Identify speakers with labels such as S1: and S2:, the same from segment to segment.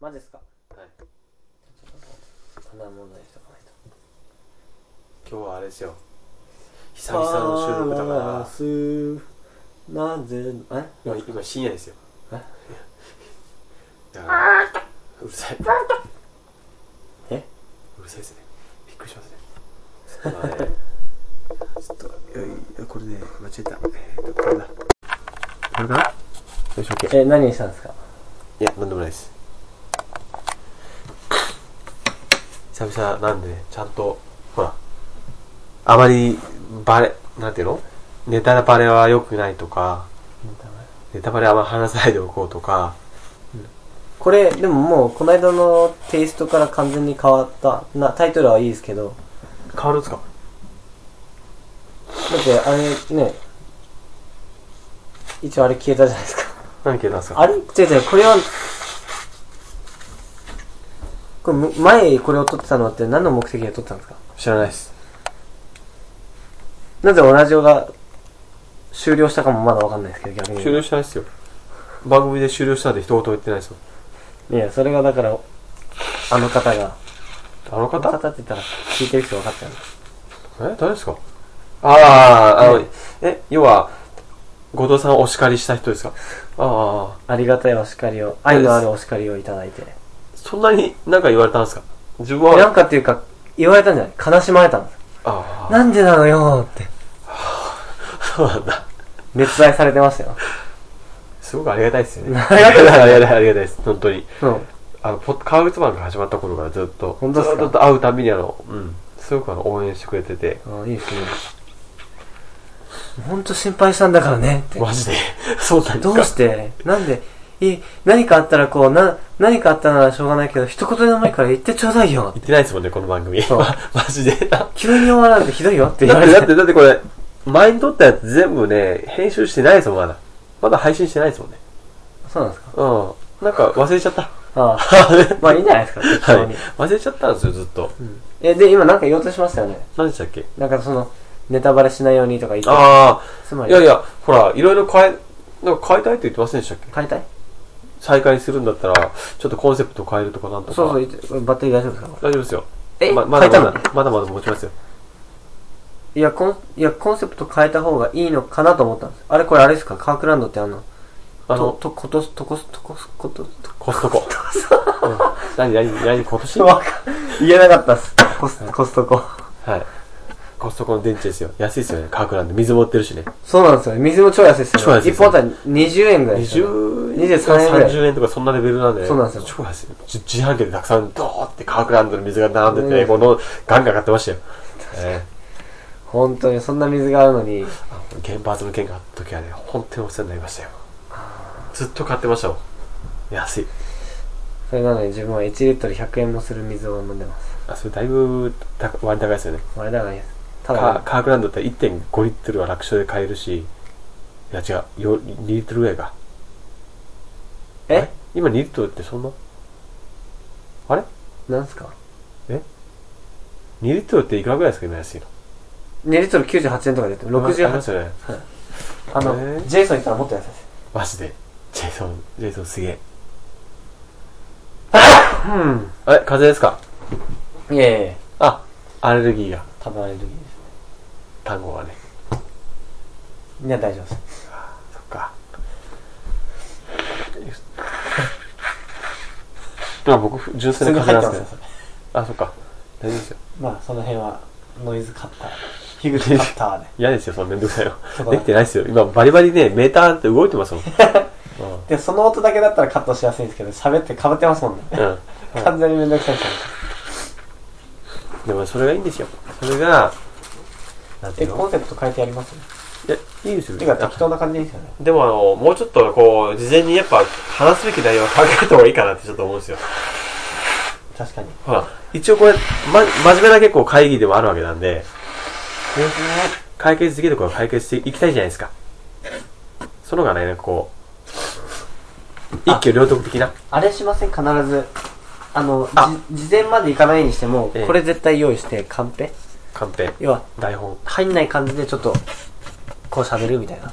S1: マジですか
S2: はい
S1: ちょっと棚問題しとかないと
S2: 今日はあれですよ久々の収録だから
S1: なぜえ
S2: 今今深夜ですよ
S1: え
S2: だからうるさい
S1: え
S2: うるさいですねびっくりしますねあのねちょっとえこれね間違えたえーとこれだこれかなよいしょ OK
S1: え何したんですか
S2: いやなんでもないです久々なんでねちゃんとほらあまりバレなんていうのネタバレは良くないとかネタバレはあんま話さないでおこうとか
S1: これでももうこの間のテイストから完全に変わったなタイトルはいいですけど
S2: 変わるんですか
S1: だってあれね一応あれ消えたじゃないですか
S2: 何系なんです か
S1: あれ違う違うこれはこれむ前これを撮ってたのって何の目的で撮ってたんですか
S2: 知らないです
S1: なぜオラジオが終了したかもまだわかんないですけど逆に
S2: 終了したないですよ番組で終了したって一言も言ってないですよ
S1: いやそれがだからあの方が
S2: あの
S1: あの
S2: 方
S1: 方って言ったら聞いてる人分かっちゃう
S2: え誰ですかああーあの、え要は後藤さんをお叱りした人ですかああ
S1: ありがたいお叱りを愛のあるお叱りをいただいて
S2: そんなに何か言われたんですか自分
S1: なん
S2: は、
S1: かっていうか言われたんじゃない悲しまれたんです
S2: あ
S1: なんでなのよーって
S2: あ、そうなんだ。
S1: 熱愛されてましたよ
S2: すごくありがたいです よね。
S1: ありがたいですね
S2: ありがたい、ありがたいです。本当に。
S1: うん
S2: あの、ポッカウツマンが始まった頃からずっと、
S1: 本当ですか
S2: ずっと会うたびにあの、うん、すごくあの、応援してくれてて、
S1: ああいいですねほんと心配したんだからねって
S2: マジで、 そうなんですか
S1: どうしてなんでい何かあったらこうな何かあったならしょうがないけど一言でもいいから言ってちょうだいよ
S2: 言ってないですもんね、この番組。
S1: そう
S2: マジで。だ
S1: 急に終わらんてひどいよって言わ
S2: っ
S1: れ
S2: て、
S1: て
S2: だって、だってこれ、前に撮ったやつ全部ね、編集してないですもん、まだ。まだ配信してないですもんね。
S1: そうなんですか
S2: うん。なんか忘れちゃ った。
S1: ああ
S2: は
S1: まあいいんじゃないですか適当に、
S2: い。忘れちゃったんですよ、ずっと。
S1: うんえで今なんか言おうとしましたよね
S2: 何でしたっけ
S1: なんかそのネタバレしないようにとか言って
S2: ああ、
S1: つま
S2: い
S1: り
S2: やいや、ほら、いろいろ変え、なんか変えたいって言ってませんでしたっけ
S1: 変えたい
S2: 再開するんだったら、ちょっとコンセプト変えるとかなんと
S1: そう
S2: か。
S1: そう言ってバッテリー大丈夫ですか
S2: 大丈夫ですよ。
S1: え、
S2: ままだ
S1: 変え
S2: ま
S1: た
S2: だ
S1: の、
S2: まだまだ持ちますよ。
S1: いやコンいやコンセプト変えた方がいいのかなと思ったんですあれこれあれですかカークランドってあの
S2: あの、
S1: ととことすとこすとこすことと
S2: コストコ。うん何、何、何、今年は
S1: わか言えなかったっすコスコストコ
S2: い。コストコの電池ですよ。安いですよね。価格なんで。水持ってるしね。
S1: そうなんですよね水も超安いですよね
S2: 超安いで
S1: 1
S2: す
S1: 本あたり20円ぐらいですよね
S2: 20
S1: 23円ぐらい
S2: 30円とかそんなレベルなんで、
S1: そうなんですよ
S2: 超安い。じ自販機でたくさん、ドーって価格なんでの水が並んでて、
S1: うん
S2: この、ガンガン買ってましたよ。え
S1: 本当にそんな水があるのに
S2: え原発の件があった時はね、本当にお世話になりましたよ。ずっと買ってましたもん。安い。
S1: それなのに自分は1リットル100円もする水を飲んでます
S2: あそれだいぶ高割高いですよね
S1: あれだからいいですただ、
S2: カカークランドだったら1.5リットルは楽勝で買えるしいや違うよ2リットルぐらいかあれ
S1: え
S2: 今2リットルってそんなあれ
S1: なんすか
S2: 2リットルっていくらぐらいですか今安いの
S1: 2リットル98円とかでやってる
S2: あります
S1: 68
S2: よね
S1: あの、
S2: えー
S1: ジェイソン行ったらもっと安いです
S2: マジでジェイソンジェイソンすげ え
S1: うん
S2: あれ風邪ですか
S1: いやいやいや
S2: あアレルギーが
S1: 多分アレルギーです
S2: 単語がね
S1: いや大丈夫です
S2: そっ かあ僕純粋
S1: す
S2: な
S1: ぐ
S2: 風
S1: 入ってま
S2: 邪なんですす
S1: よ
S2: けどあそっか大丈夫ですよ
S1: まあその辺はノイズカッター樋口カッターで
S2: 嫌ですよ、そのめんどくさいの
S1: そ。こだ
S2: できてないですよ。今、バリバリね、メーターって動いてますもん。う
S1: でその音だけだったらカットしやすいんですけど喋ってかぶってますもんね
S2: ん。うん。
S1: 完全にめんどくさいですよね
S2: でも、それがいいんですよ。それが、なんてい
S1: え
S2: う
S1: コ
S2: の
S1: ンセプト変えてやります
S2: いや、いいですよ。
S1: てか適当な感じでいいですよね
S2: でも、あの、もうちょっと、こう、事前にやっぱ、話すべき内容は考えた方がいいかなってちょっと思うんですよ。
S1: 確かに
S2: ほら、一応これ、ま、真面目な結構会議でもあるわけなんで、解決できるところは解決していきたいじゃないですか。その方がね、こう、一挙両得的な。
S1: あれしません必ずあの
S2: あ
S1: じ事前まで行かないにしても、
S2: ええ
S1: これ絶対用意してカンペ
S2: カンペ、
S1: 要は
S2: 台本。
S1: 入んない感じでちょっとこう喋るみたいな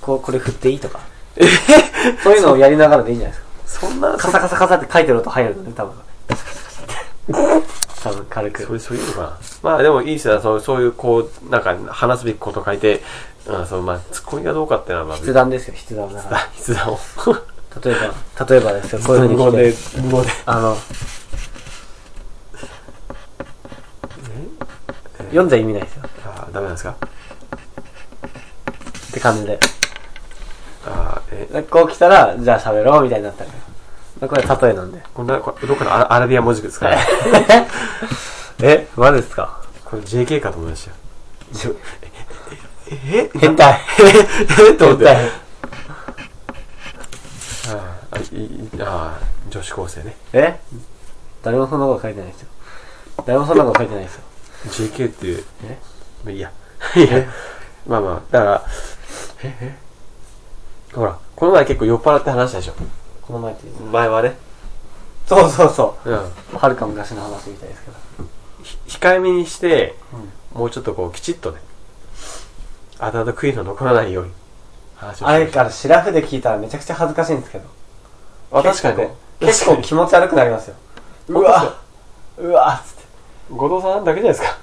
S1: こうこれ振っていいとかそういうのをやりながらでいいんじゃないですか
S2: そそんな、
S1: カサカサカサって書いてる音入るのね、多分。多分軽く。
S2: そうそういうのかな。まあでもいいですよ。そうそういう、こう、なんか話すべきこと書いて、うん、そのまあ、ツッコミがどうかっていうのは、まあ、
S1: 筆談ですよ、筆談だから。
S2: 筆談を。
S1: 例えば、例えばですよ、こういうふ
S2: 無
S1: う
S2: 言
S1: に
S2: で
S1: 来て。、
S2: 無言で。
S1: あの、読んじゃ意味ないですよ。
S2: あーダメなんですか
S1: って感じで。
S2: あー
S1: で
S2: え、
S1: こう来たら、じゃあ喋ろう、みたいになったから。これ例えなんで。
S2: こんな、これどっかのアラアラビア文字ですから、
S1: え、マジですか
S2: これ JK かと思いましたよ。
S1: え変 態。
S2: えっと思
S1: 変
S2: って。
S1: 態。
S2: あーあいいあー女子高生ね。
S1: え誰もそんなこと書いてないですよ。誰もそんなこと書いてないですよ。
S2: JK っていう、
S1: え
S2: まあいいや。 いや。まあまあ、だから、ほら、この前結構酔っ払って話したでしょ。
S1: この前っていう
S2: 前はね。
S1: そうそうそ
S2: うん。
S1: う。はるか昔の話みたいですけど。
S2: 控えめにして、もうちょっとこう、きちっとね、後々悔いの残らないように話を
S1: あれ
S2: か。
S1: からシラフで聞いたらめちゃくちゃ恥ずかしいんですけど。
S2: あ確かにね。
S1: 結構気持ち悪くなりますよ。うわうわっつって。
S2: 後藤さんだけじゃないですか。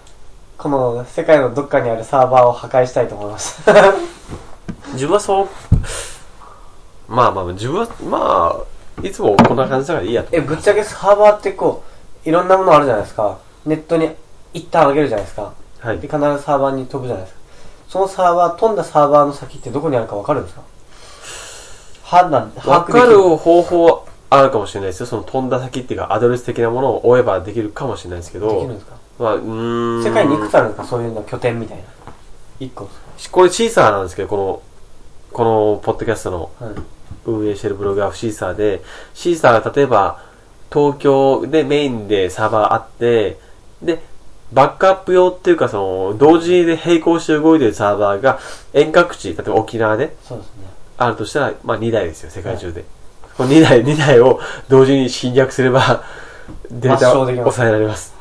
S1: この世界のどっかにあるサーバーを破壊したいと思いました。
S2: 自分はそう、まあまあ、自分は、まあ、いつもこんな感じだからいいやと
S1: え、ぶっちゃけサーバーってこう、いろんなものあるじゃないですか。ネットに一旦上げるじゃないですか。
S2: はい
S1: で、。必ずサーバーに飛ぶじゃないですか。そのサーバー、飛んだサーバーの先ってどこにあるかわかるんですか判断、把握
S2: わ
S1: でき
S2: かる方法あるかもしれないですよ。その飛んだ先っていうか、アドレス的なものを追えばできるかもしれないですけ
S1: できるん
S2: ど
S1: で、すか
S2: まあ、うーん。
S1: 世界にいくつあるんですかそういうの拠点みたいな。一個ですか
S2: これシーサーなんですけど、この、この、ポッドキャストの
S1: はい。
S2: 運営してるブログはシーサーで、シーサーが例えば、東京でメインでサーバーあって、で、バックアップ用っていうか、その、同時で並行して動いてるサーバーが、遠隔地、例えば沖縄で
S1: そうですね。
S2: あるとしたら、まあ2台ですよ、世界中で。この2台、2台を同時に侵略すれば、デー
S1: 圧
S2: タを
S1: 勝できます
S2: 抑えられます。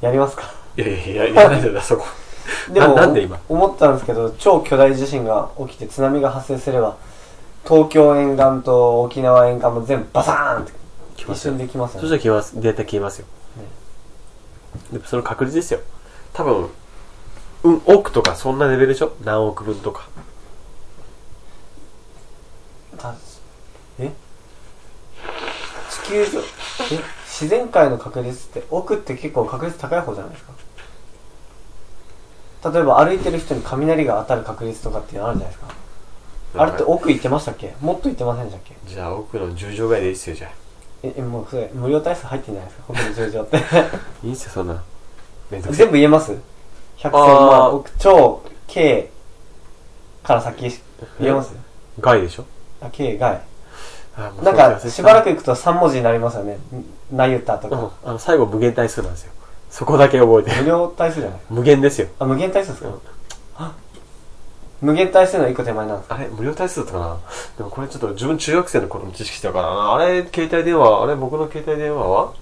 S1: やりますか
S2: いやいやいや、やらないでだ、そこ。
S1: でも
S2: なんで今
S1: 思ったんですけど超巨大地震が起きて津波が発生すれば東京沿岸と沖縄沿岸も全部バサーンって
S2: 来ま
S1: 一
S2: すよ
S1: 瞬できますよ
S2: そした
S1: ね
S2: ら消えます、データ消えますよ。でその確率ですよ。多分、うん、億とかそんなレベルでしょ何億分とか。
S1: たえ地球上え自然界の確率って億って結構確率高い方じゃないですか例えば歩いてる人に雷が当たる確率とかっていうのあるじゃないですかあれって奥行ってましたっけもっと行ってませんでしたっけ
S2: じゃあ億の10乗ぐらいでいいっすよ、じゃあ。
S1: ええもうそれ無料体数入ってんじゃないですか北の上場って
S2: いいっすよ、そんな。めんどくさい
S1: 全部言えます ?100 千
S2: あー
S1: 万億超 K から先言えます
S2: 害でしょ
S1: あ K 外
S2: あもう
S1: なん
S2: そ
S1: か
S2: れ
S1: しばらく行くと3文字になりますよねなゆたと
S2: うん
S1: か、
S2: あの、最後無限対数なんですよ。そこだけ覚えて。
S1: 無料体数じゃない
S2: 無限ですよ。
S1: あ無限体数ですか、
S2: うん
S1: あ無限体数の1個手前なんですか
S2: あれ無料対数だったかなでもこれちょっと自分中学生の頃の知識だからな。あれ携帯電話、あれ僕の携帯電話は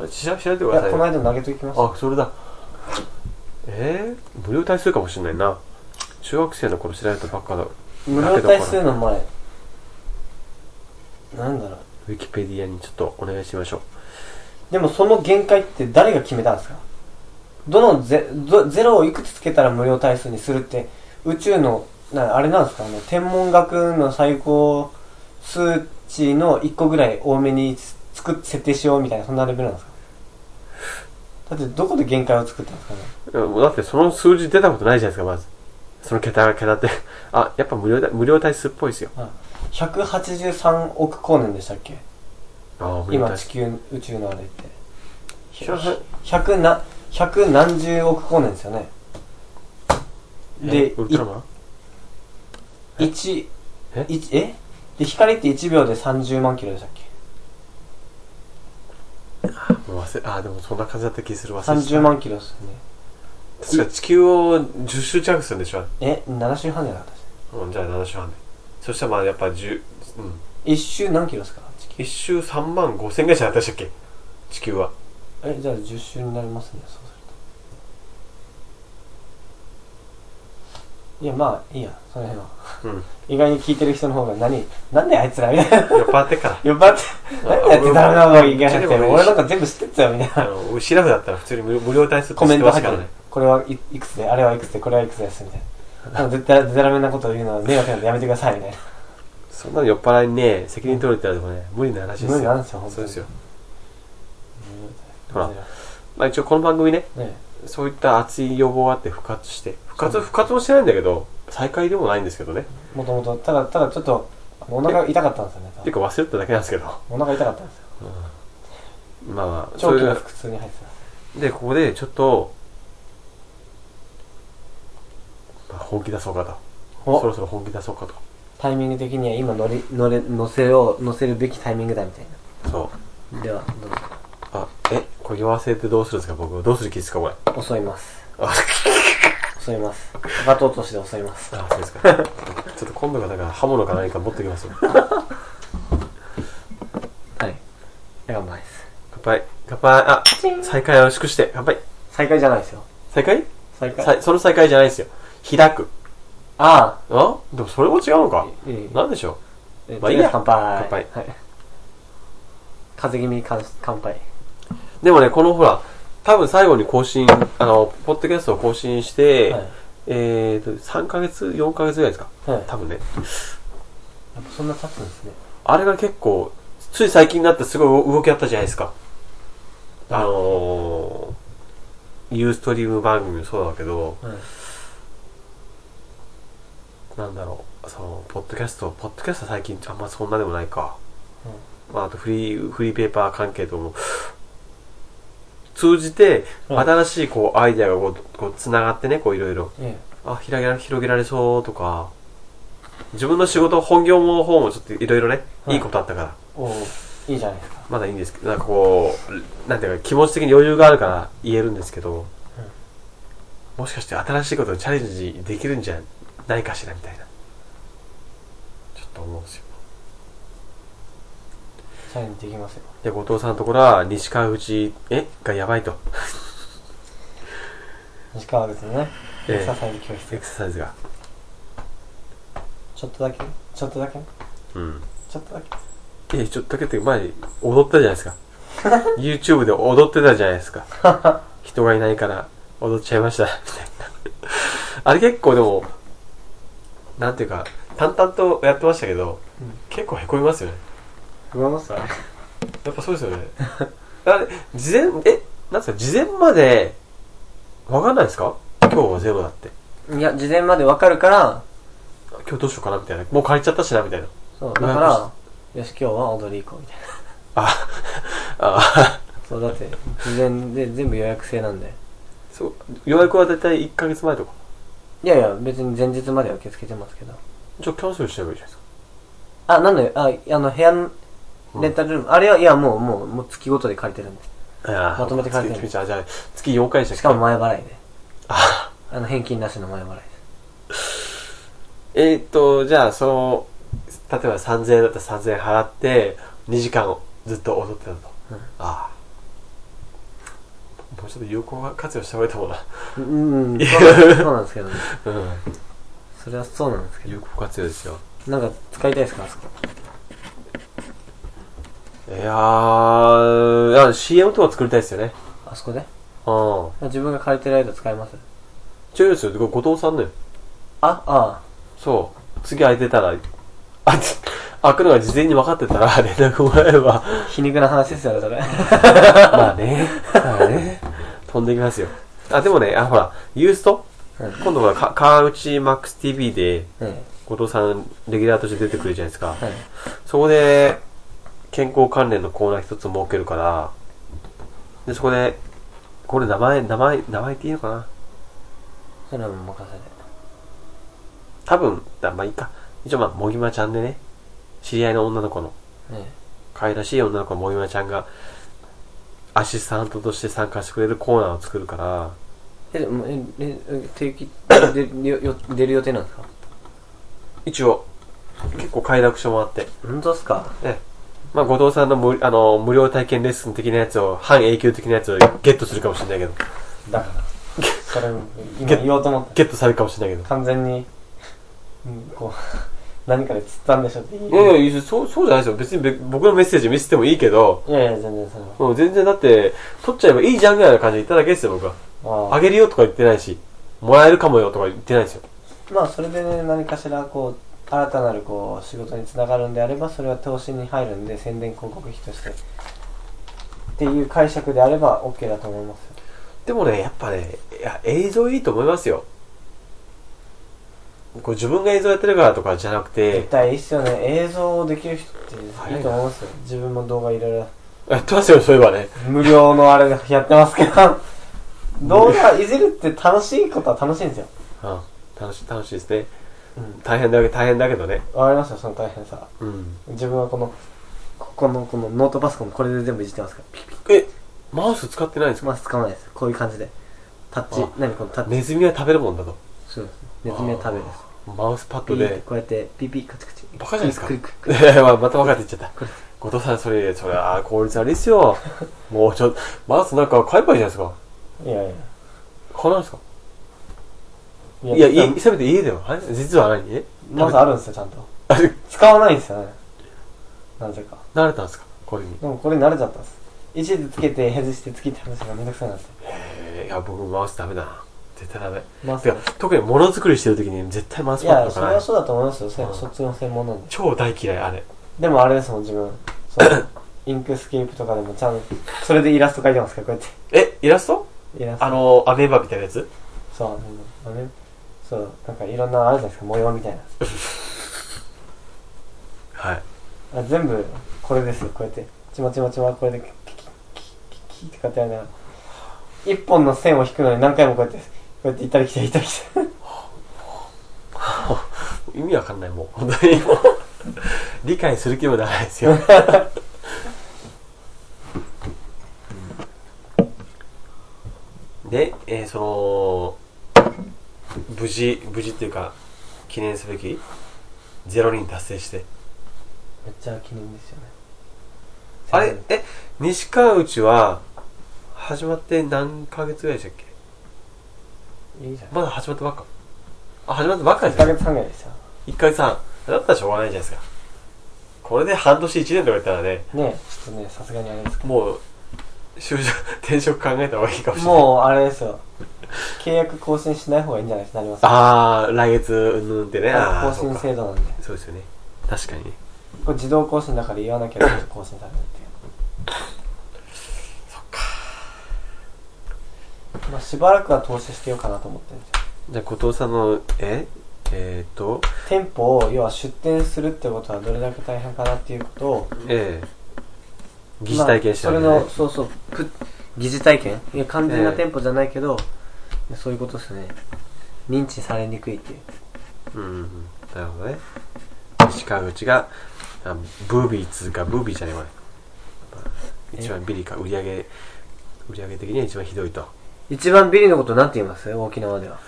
S2: あれ知ら、知られてく
S1: い
S2: だ
S1: や
S2: さい
S1: こ
S2: よ
S1: の間投げときました
S2: あ、それだ。えー、無料対数かもしれないな。中学生の頃知られたばっかだ。ウ
S1: 無料体数の前なんだろう
S2: ィキペディアにちょっとお願いしましょう。
S1: でもその限界って誰が決めたんですかどのゼどゼロをいくつつけたら無料対数にするって宇宙のなあれなんですかあの天文学の最高数値の1個ぐらい多めにつ作っ設定しようみたいなそんなレベルなんですかだってどこで限界を作ったんですかね
S2: いやもうだってその数字出たことないじゃないですか、まず。その桁が桁って。 あ、やっぱ無料だ無料対数っぽいですよ。
S1: 183億光年でしたっけ
S2: ああ、無料
S1: 今
S2: 対
S1: 地
S2: 数。
S1: 球宇宙のあれって
S2: 知らない
S1: 100な100何十億光年ですよねで
S2: えウルトラマン
S1: 一
S2: え
S1: 一えで光って1秒で30万キロでしたっけ
S2: もう忘れ、あ、でもそんな感じだった気する。忘れてた
S1: 30万キロですよね
S2: 確か地球を10周着するんでしょ
S1: え7週半じゃなかったです
S2: うん、じゃあ7周半で。そしたらまあやっぱ10、うん。
S1: 1周何キロですか地球
S2: 1周3万5千ぐらいじゃなかったでしたっけ地球は。
S1: えじゃあ10周になりますねそうするといや、まあ、いいや、その辺は。
S2: うん。
S1: 意外に聞いてる人の方が、何、なんであいつらみたいな。
S2: 酔っ払ってっか
S1: 酔っ払って、何やってダメなのいけなくて、
S2: 俺も
S1: 俺なんか全部知ってっちゃ うみた
S2: ら。あ
S1: いな。
S2: の、俺シラフだったら普通に無無料体数
S1: コメント入
S2: し
S1: ってく
S2: から
S1: る
S2: ね。。
S1: これはいいくつで、あれはいくつで、これはいくつです、みたいな。なんか絶対、でたらめなことを言うのは迷惑なんでやめてください、みたいな。
S2: そんなの酔っ払いにね、責任取るってやるとね、無理な話ですよ。
S1: 無理なんですよ本当
S2: そう
S1: に
S2: ですよ。ほらまあ一応この番組ね、
S1: ね
S2: そういった熱い予防があって復活して、復活、復活もしてないんだけど、再開でもないんですけどね。
S1: もともと、ただ、ただちょっと、お腹痛かったんですよね
S2: っ
S1: 多
S2: てい
S1: 分
S2: う。か忘れてただけなんですけど。ま
S1: お腹痛かったんですよ。
S2: あまあ、
S1: 長期の
S2: が
S1: 腹痛に入ってた。
S2: で、ここでちょっと、まあ、本気出そうかと。そ
S1: お
S2: ろそろ本気出そうかと。
S1: タイミング的には今乗り、乗れ、乗せよう、乗せるべきタイミングだみたい
S2: そう。
S1: な。では、どうぞ。
S2: あ、え、これ酔わせてどうするんですか僕、どうする気ですかこれ。
S1: 襲います。
S2: あ、
S1: 襲います。バト落としで襲います。
S2: あそうです か。ちょっと今度がだから刃物か何か持ってきますよ。乾
S1: はい。頑張りです。
S2: 杯。乾杯。あ、再開よろしくして。乾杯。
S1: 再開じゃないですよ。
S2: 再開
S1: 再開。
S2: さいその再開じゃないですよ。開く。
S1: あ
S2: あでもそれも違うのか。
S1: あ、いい。
S2: なんでしょ
S1: え
S2: まあいいや
S1: 乾杯。
S2: 乾杯
S1: はい。風邪気味に乾乾杯。
S2: う。でもね、このほら、多分最後に更新、あの、ポッドキャストを更新して、
S1: はい。
S2: えーと、3ヶ月、4ヶ月ぐらいですか。
S1: はい。やっ
S2: 多分ね。
S1: ぱそんな経つんですね。
S2: あれが結構、つい最近になってすごい動きあったじゃないですか。あのー、ユーストリーム番組もそうだけど、
S1: はい。
S2: なんだろう、その、ポッドキャスト、ポッドキャストは最近あんまそんなでもないか。まあ、あとフリー、フリーペーパー関係とも、通じて、
S1: うん
S2: 新しいこう、アイデアがこう、こう、繋がってね、こう、いろいろ。
S1: え
S2: あ、広げられ、広げられそうとか、自分の仕事、本業も方もちょっといろいろね、
S1: はい
S2: いいことあったから。
S1: え。おーいいじゃないですか。
S2: まだいいんですけど、なんかこう、なんていうか気持ち的に余裕があるから言えるんですけど、もしかして新しいことにチャレンジできるんじゃないかしらみたいな。ちょっと思うんですよ。
S1: チャレンジできますよ。
S2: で、後藤さんのところは、西川口、えがやばいと。
S1: 西川ですね。エ
S2: ええ
S1: クササイズ教
S2: エ
S1: 室。
S2: クササイズが。
S1: ちょっとだけちょっとだけ
S2: うん。
S1: ちょっとだけ
S2: え、ちょっとだけって前、踊ったじゃないですか。YouTube で踊ってたじゃないですか。人がいないから踊っちゃいました。みたいな。あれ結構でも、なんていうか、淡々とやってましたけど、
S1: うん
S2: 結構凹みますよね。
S1: ごめんなさい。
S2: やっぱそうですよね。あれ、事前、え、なんですか、事前まで、わかんないですか今日はゼロだって。
S1: いや、事前までわかるから、
S2: 今日どうしようかなみたいな。もう借りちゃったしな、みたいな。
S1: そう、だから、よし、今日は踊り行こうみたいな。
S2: あ、あ、
S1: そう、だって、事前で全部予約制なんで。
S2: そう、予約はだいたい1ヶ月前とか。
S1: いやいや、別に前日までは受け付けてますけど。
S2: じゃあキャンセルしちゃえばいいじゃないですか。
S1: あ、なんで、あ、あの、部屋の、レンタルルーム、あれは、いや、もう、もう、もう月ごとで借りてるんで。
S2: あー
S1: まとめて借りて
S2: 月
S1: る
S2: 決めちゃうじゃあ、月4回でしたっけ
S1: しかも、前払いで。
S2: あ
S1: あの、返金なしの前払いで。
S2: ー えー、っと、じゃあ、その、例えば3000円だったら3000円払って、2時間ずっと踊ってたと。
S1: うん
S2: ああ。もうちょっと有効活用した方がいいと思うな。
S1: うん、うん、そうなんそうなんですけどね。
S2: うん。
S1: それはそうなんですけ
S2: 有効活用ですよ。
S1: ど。なんか、使いたいですか、あそこ。
S2: いやー、いや CM とか作りたいですよね。
S1: あそこで
S2: うん。
S1: 自分が借りてる間使えます
S2: 違うですよ。てか後藤さんのよ。
S1: あ、あ
S2: そう。次空いてたら、あ、つ開くのが事前に分かってたら、連絡もらえば、
S1: あ、皮肉な話ですよね、それ。
S2: まあね。まあね。飛んできますよ。あ、でもね、あ、ほら、ユースト、
S1: うん
S2: 今度はか川内マックス TV で、
S1: うん。はい。
S2: 後藤さん、レギュラーとして出てくるじゃないですか。そこで、健康関連のコーナー一つ設けるから、で、そこで、これ名前、名前、名前っていいのかな
S1: それはもう任せて。
S2: 多分、あまあいいか。一応まあ、もぎまちゃんでね、知り合いの女の子の、
S1: ね
S2: 可愛らしい女の子もぎまちゃんが、アシスタントとして参加してくれるコーナーを作るから、
S1: え、でも、え、え、え定期でよよ出る予定なんですか
S2: 一応、結構快楽書もあって、
S1: 本当ですか
S2: ええまあ、後藤さんの無あの無料体験レッスン的なやつを、半永久的なやつをゲットするかもしれないけど、
S1: だから。それ、今言おうと思っ
S2: ゲットされるかもしれないけど、
S1: た。完全に、うん、こう、 何かで釣ったんでしょって言い
S2: いやいや、そう、そうじゃないですよ。別にべ僕のメッセージ見せてもいいけど、
S1: いやいや、全然それは
S2: もう全然だって、取っちゃえばいいじゃんぐらいな感じで言っただけですよ、僕は。。
S1: あ
S2: あげるよとか言ってないし、もらえるかもよとか言ってないですよ。
S1: あまあ、それでね、何かしら、こう、新たなる、こう、仕事につながるんであれば、それは投資に入るんで、宣伝広告費として。っていう解釈であれば、OK だと思いますよ。
S2: でもね、やっぱね、いや映像いいと思いますよ。こう自分が映像やってるからとかじゃなくて
S1: 絶、対いいっすよね。映像できる人っていいと思いますよ。自分も動画いろいろ。
S2: やってますよ、そういえばね。
S1: 無料のあれやってます けど、動画いじるって楽しいことは楽しいんですよ。
S2: うん。楽しい、楽しいですね。
S1: うん。
S2: 大変だけど、大変だけどね。
S1: わかりますよ、その大変さ。
S2: うん。
S1: 自分はこの、ここの、このノートパソコンこれで全部いじってますから。
S2: え、マウス使ってないんですか
S1: まず使わないです。こういう感じで。タッチ
S2: あ、
S1: 何このタッチ。
S2: ネズミは食べるもんだと。
S1: そうです。ネズミは食べです。
S2: マウスパッ
S1: ピ
S2: ド
S1: ーって
S2: で。
S1: こうやって、ピーピーカチカチ。
S2: バカじゃないですか。
S1: クリッククリッククリック
S2: いやいや、 またバカって言っちゃった
S1: これ。
S2: 後藤さん、それ、それ、あー効率悪いっす よ。もうちょっと、マウスなんか買えばいいじゃないですか。
S1: いやいや。
S2: 買わないんですか
S1: い
S2: いや、いせめて家では。はい実は何
S1: まずあるんですよ、ちゃんと。
S2: あれ
S1: 使わないんですよね。なぜか。
S2: 慣れたんですかこういうふうに。
S1: でもこれ慣れちゃったんです。一時つけて、外して、つけて、話がめんどくさいなって。
S2: えーいや、僕マウスダメだな。絶対ダメ。
S1: まあ、
S2: てか、特にものづくりしてる時に絶対マウス
S1: い
S2: パッド
S1: や、
S2: と
S1: そ
S2: か
S1: れ
S2: な。
S1: はいそうだと思いますよ。せ
S2: うん
S1: そっちの専門なんで。
S2: 超大嫌い、あれ。
S1: でもあれですもん、自分。そのインクスケープとかでもちゃんと、それでイラスト描いてますから、こうやっ
S2: え、イラスト
S1: て。イラスト。
S2: あの、アメーバみたいなやつ
S1: そう、あのね。そう、なんかいろんなあるじゃないですか、模様みたい
S2: はい。
S1: な。あ全部、これですよ、こうやって。ちまちまちま、これで、キキキキキキとかってやりながら。一本の線を引くのに何回もこうやって、こうやって行ったり来たり行ったり来たり。
S2: 意味わかん ない、もう。本当にもう。理解する気もならないですよ。で、えーその、無事、無事っていうか、記念すべき、ゼロ人達成して。
S1: めっちゃ記念ですよね。
S2: あれ、え、西川内は、始まって何ヶ月ぐらいでしたっけ
S1: いいじゃん。
S2: まだ始まったばっか。あ、始まったばっか
S1: 1
S2: ですよ
S1: ヶ。月半ぐらいですよ。
S2: 1ヶ月半。だったらしょうがないじゃないですか。これで半年1年とか言ったらね、
S1: ねえ、ちょっとね、さすがにあれですけど
S2: もう、就職、転職考えた方がいいかもしれない。う。
S1: もう、あれですよ。契約更新しない方がいいんじゃないですか、なりますよ。
S2: あー、来月、うんぬんってね。あ
S1: 更
S2: ーそ
S1: 新
S2: うか
S1: 制度なんで。
S2: そうですよね。確かにね。
S1: これ自動更新だから言わなきゃ更新されるっていう。そっか。まあ、しばらくは投資してようかなと思ってるんですよ。
S2: じゃあ、後藤さんの、ええー、っと、
S1: 店舗を、要は出店するってことはどれだけ大変かなっていうことを、
S2: えー、疑似体験したわけね
S1: まあそれの、そうそう、く疑似体験いや、完全な
S2: ええ
S1: 店舗じゃないけど、いやそういうことですね。認知されにくいっていう。
S2: うんうんうん、なるほどね。西川口が、あブービーつうか、ブービーじゃねえわ。一番ビリか、売り上げ、売り上げ的には一番ひどいと。
S1: 一番ビリのことなんて言います沖縄では。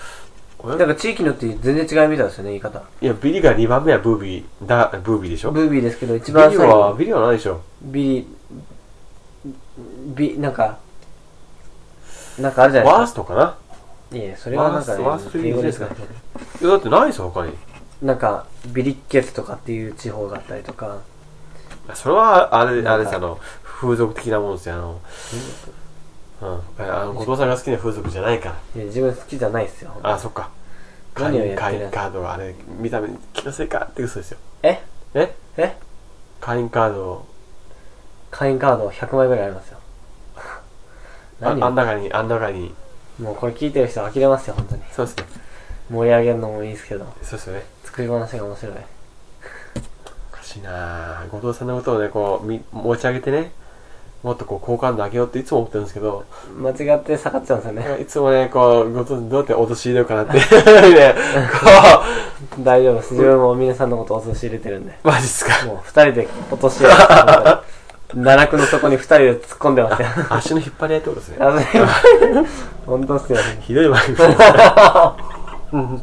S1: なんか地域によって全然違いみたいですよね、言い方。
S2: いや、ビリが2番目はブービー、だ、ブービーでしょビ
S1: ブービーですけど、一
S2: リ
S1: 番最
S2: は、
S1: 後、
S2: ビリはないでしょ
S1: ビリ、ビ、なんか、なんかあるじゃない
S2: ワー
S1: で
S2: ストかな
S1: すか。いえいえ、それはなんかね
S2: ワーストワースト、
S1: 英語です
S2: イ
S1: か
S2: メージいや、だってないですよ、他に。
S1: なんか、ビリッケツとかっていう地方があったりとか、
S2: それは、あれ、あれです、
S1: な
S2: あ
S1: んか
S2: の、風俗的なもんですよ、あの、うん。あの、後藤さんが好きな風俗じゃないから。
S1: いや自分好きじゃないですよ。
S2: あ、そっか。会
S1: 何をやっ
S2: 員
S1: て
S2: 会
S1: る
S2: 員カードがあれ、見た目に気のせいかって嘘ですよ。
S1: え
S2: え
S1: え
S2: 会員カードを
S1: 会員カード100枚ぐらいありますよ。
S2: ああ
S1: 何
S2: ん中に、あん中に。
S1: もうこれ聞いてる人呆れますよ、本当に。
S2: そうですね。
S1: 盛り上げるのもいいですけど、
S2: そうですよね。
S1: 作り話が面白い。
S2: おかしいなぁ。後藤さんのことをね、こう、み持ち上げてね、もっとこう、好感度上げようっていつも思ってるんですけど、
S1: 間違って下がっちゃうんですよね。
S2: いつもね、こう、後藤さんどうやって陥れようかなって。 ね、こ
S1: 大丈夫です。自分も皆さんのことお寿司入れてるんで。
S2: う、マジっすか。
S1: もう二人で落とし穴奈落の底に二人で突っ込んでますよ。
S2: 足の引っ張り合いってことですね。
S1: あすいません本当っすよね。
S2: ひどい番組ですね。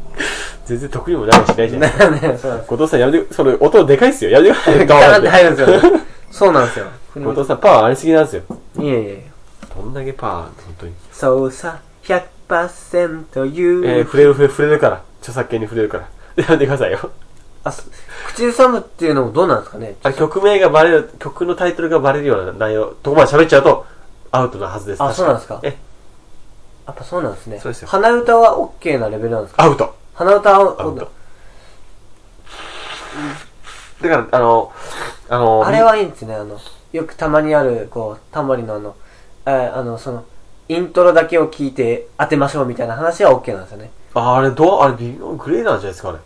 S2: 全然得意もないしないじゃない
S1: ねねそうなんです。
S2: 後藤さんやめて、それ音でかいっすよ。やめてください。
S1: ガ
S2: 頑
S1: ーン
S2: 張
S1: って
S2: って。
S1: 入るんですよね。 そうなんですよ。
S2: 後藤さんパワーありすぎなんですよ。
S1: いえいえ。
S2: どんだけパワー、本当に。
S1: そうさ、100%
S2: えー、
S1: you。
S2: 触れる触れる触れるから。著作権に触れるから。 やめてくださいよ。
S1: あ、す口ずさむっていうのもどうなんですかね
S2: あれ 曲名がバレる、曲のタイトルがバレるような内容、とこまで喋っちゃうと、アウトなはずです。
S1: あ
S2: 確
S1: そうなんですか
S2: え、
S1: やっぱそうなんですね。
S2: そうですよ
S1: 鼻歌は OK なレベルなんですか
S2: アウト
S1: 鼻歌は、
S2: アウト。だから、あの、あの、
S1: あれはいいんですね、あの、よくたまにある、こう、タンバリンのあの、えーあの、その、イントロだけを聞いて当てましょうみたいな話は OK なんですよね。
S2: あれ、どう、あれ、微妙、グレーなんじゃないですか、あれ。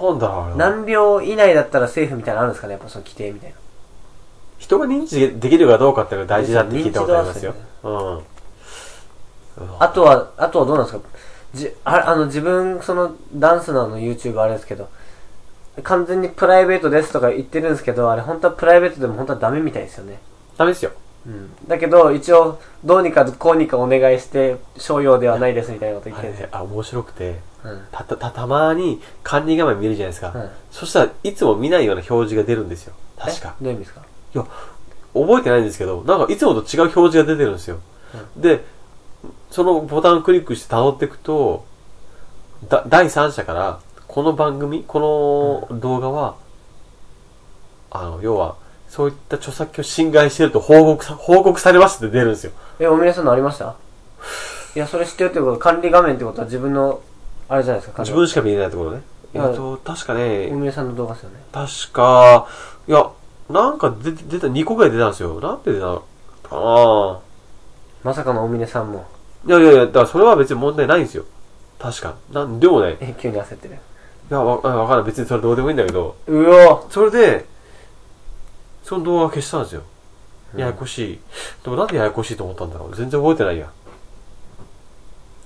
S2: どうなんだろう、あれは。
S1: 何秒以内だったらセーフみたいなのあるんですかね、やっぱその規定みたいな。
S2: 人が認知できるかどうかっていうのが大事だって聞いたことありますよ。うん。
S1: あとは、あとはどうなんですかじ、ああの、自分、その、ダンスのあの YouTube あれですけど、完全にプライベートですとか言ってるんですけど、あれ本当はプライベートでも本当はダメみたいですよね。
S2: ダメですよ。
S1: うん。だけど、一応、どうにかこうにかお願いして、商用ではないですみたいなこと言っ
S2: あ
S1: てる
S2: れ
S1: んです
S2: ね
S1: よ。、
S2: あ、面白くて、
S1: うん。
S2: た、た、た、たまに管理画面見るじゃないですか。
S1: はい
S2: そしたらいつも見ないような表示が出るんですよ。確か
S1: え。どういう意味ですか
S2: いや、覚えてないんですけど、なんかいつもと違う表示が出てるんですよ。で、そのボタンをクリックして辿っていくと、だ第三者から、この番組、この動画は、あの、要は、そういった著作権を侵害してると報告さ、報告されますって出るんですよ。
S1: え、おみれさんのありましたいや、それ知ってるってこと、管理画面ってことは自分の、あれじゃないですか、
S2: 自分しか見えないところね。え
S1: はい
S2: っと、確か
S1: お
S2: ね、
S1: みれさんの動画ですよね。
S2: 確か、いや、なんか出て、出た、2個ぐらい出たんですよ。なんで出たのかな
S1: まさかのおみれさんも、
S2: いやいやいや、だからそれは別に問題ないんですよ。確か。なんでもね、
S1: え、急に焦ってる。
S2: いや、わわからん。別にそれどうでもいいんだけど、
S1: うお
S2: それで、その動画を消したんですよ。ややこしい。でもなんでややこしいと思ったんだろう。全然覚えてないや。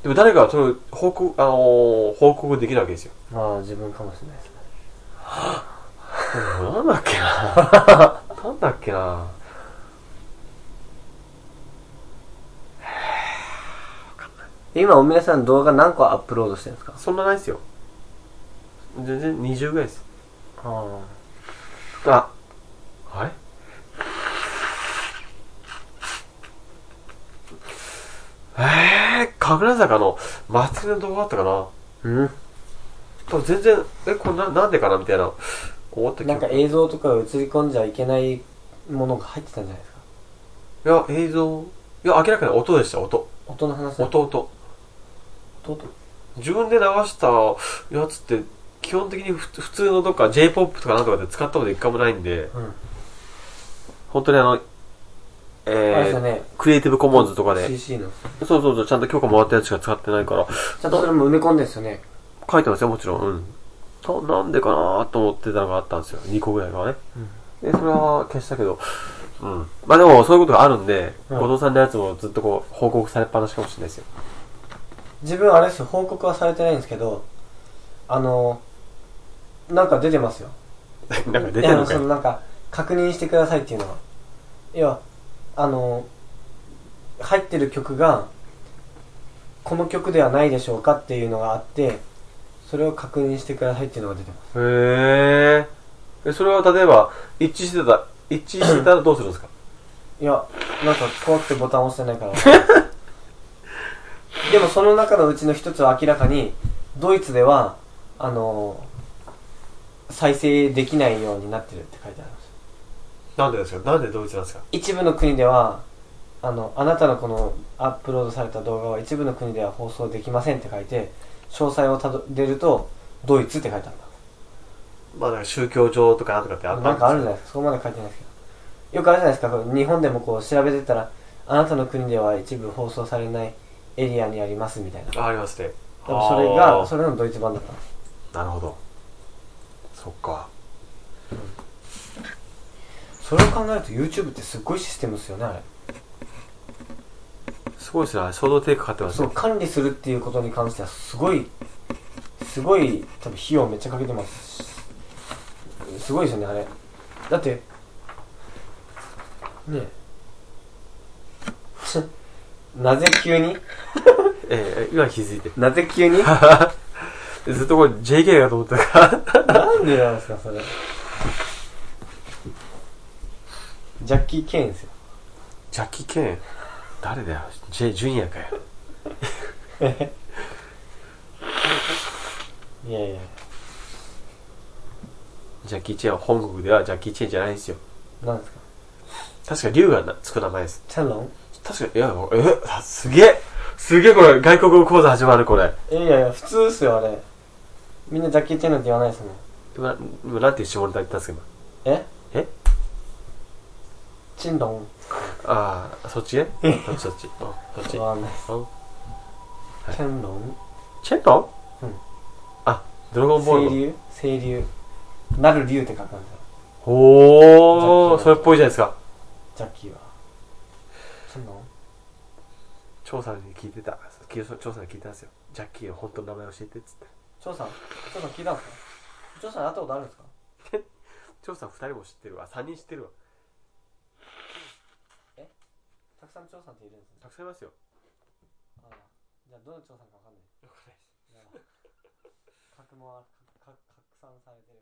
S2: でも誰かはそれを報告、あのー報告できるわけですよ。
S1: まあ、自分かもしれないですね。
S2: なんだっけな なんだっけな
S1: 今、おみれさん動画何個アップロードしてるんですか
S2: そんなないですよ。全然20ぐらいです。
S1: あ
S2: あ、はいえー、神楽坂の祭りの動画あったかな
S1: あ。うん。
S2: 多分全然、え、これななんでかなみたいな、思ったけ
S1: なんか
S2: ど。い
S1: 映像とかが映り込んじゃいけないものが入ってたんじゃないですか
S2: や、映像、いや、明らかに音でした、音。
S1: 音の話だ
S2: 音、音。
S1: 音と
S2: 自分で流したやつって、基本的にふ普通のどっか J-POP とかなんとかで使ったこと一回もないんで、
S1: うん。
S2: 本当にあの、
S1: あれです
S2: え
S1: よ
S2: ー、
S1: ね。
S2: クリエイティブコモンズとかで、
S1: CC の。
S2: そうそうそう、ちゃんと許可もらったやつしか使ってないから、
S1: ちゃんとそれも埋め込んでるんですよね。
S2: 書いてますよ、もちろん。うん。となんでかなと思ってたのがあったんですよ。2個ぐらいがね。で、それは消したけど、うん。まあでも、そういうことがあるんで、
S1: うん
S2: 後藤さんのやつもずっとこう、報告されっぱなしかもしれないですよ。
S1: 自分あれですよ報告はされてないんですけどあのなんか出てますよ
S2: なんか
S1: い
S2: 出てるの
S1: や
S2: か
S1: あ
S2: よ
S1: その。なんか確認してくださいっていうのはいやあの入ってる曲がこの曲ではないでしょうかっていうのがあってそれを確認してくださいっていうのが出てます
S2: へえ。それは例えば、一致してた、一致してたらどうするんですか
S1: いやなんかこうってボタン押してないから でもその中のうちの一つは明らかにドイツではあの再生できないようになってるって書いてあります
S2: なんでですかなんで同一なんですか
S1: 一部の国ではあのあなたのこのアップロードされた動画は一部の国では放送できませんって書いて詳細をたど出るとドイツって書いてあるん
S2: まあなんか宗教上とかなんとかって
S1: だ
S2: ん
S1: なんかあるじゃないですかそこまで書いてないですけどよくあるじゃないですかこう日本でもこう調べてたらあなたの国では一部放送されないエリアにありますみたいなで
S2: あありますね。
S1: もそれが
S2: あー
S1: それのドイツ版だったんです
S2: なるほど。そっか。
S1: それを考えると YouTube ってすっごいシステムですよねあれ
S2: すごいですね。衝動低下かかってます
S1: そう
S2: ね。
S1: 管理するっていうことに関してはすごいすごい多分費用めっちゃかけてますしすごいですよねあれだってねえ なぜ急に
S2: ええ今気づいて。
S1: なぜ急に
S2: ずっとこれ JK だと思ってたから。
S1: なんでなんですかそれジャッキー・ケインですよ
S2: ジャッキー・ケーン誰だよ ?J、ジュニアかよ。
S1: いやいや、
S2: ジャッキー・チェンは本国ではジャッキー・チェンじゃないんですよ。
S1: なんですか
S2: 確か竜がなつく名前です。
S1: チャンロン
S2: 確か、いや、え、あすげえすげえこれ、外国語講座始まるこれ。
S1: いやいや、普通っすよ、あれ。みんなジャッキー・チェンなんて言わないですもん。
S2: 今、今なんて絞りた言ったんですか
S1: え
S2: え
S1: チンロン
S2: 今。ああ、そっちねそっちそっち。うんそっち。
S1: わかんないです。
S2: うんい
S1: チェンロン
S2: チェンロン
S1: うん
S2: あ、ドラゴンボー
S1: 清
S2: ルの。
S1: 流清流。なる竜って書くんですよ、
S2: おー、
S1: ジャッキー
S2: それっぽいじゃないですか。
S1: ジャッキーは。チェンロン
S2: 調査に聞いてた。聞い調査に聞いたんですよ。ジャッキーの本当の名前教えてっつって。
S1: 張さん張さん聞いたんですか張さん会ったことあるんですか
S2: 調査二人も知ってるわ。三人知ってるわ。
S1: たくさん張さんっているんですね。
S2: たくさんいますよ。
S1: ああじゃあ、どの張さんかわかんない。
S2: わかんないです
S1: いや格もあ、格、格散されてる。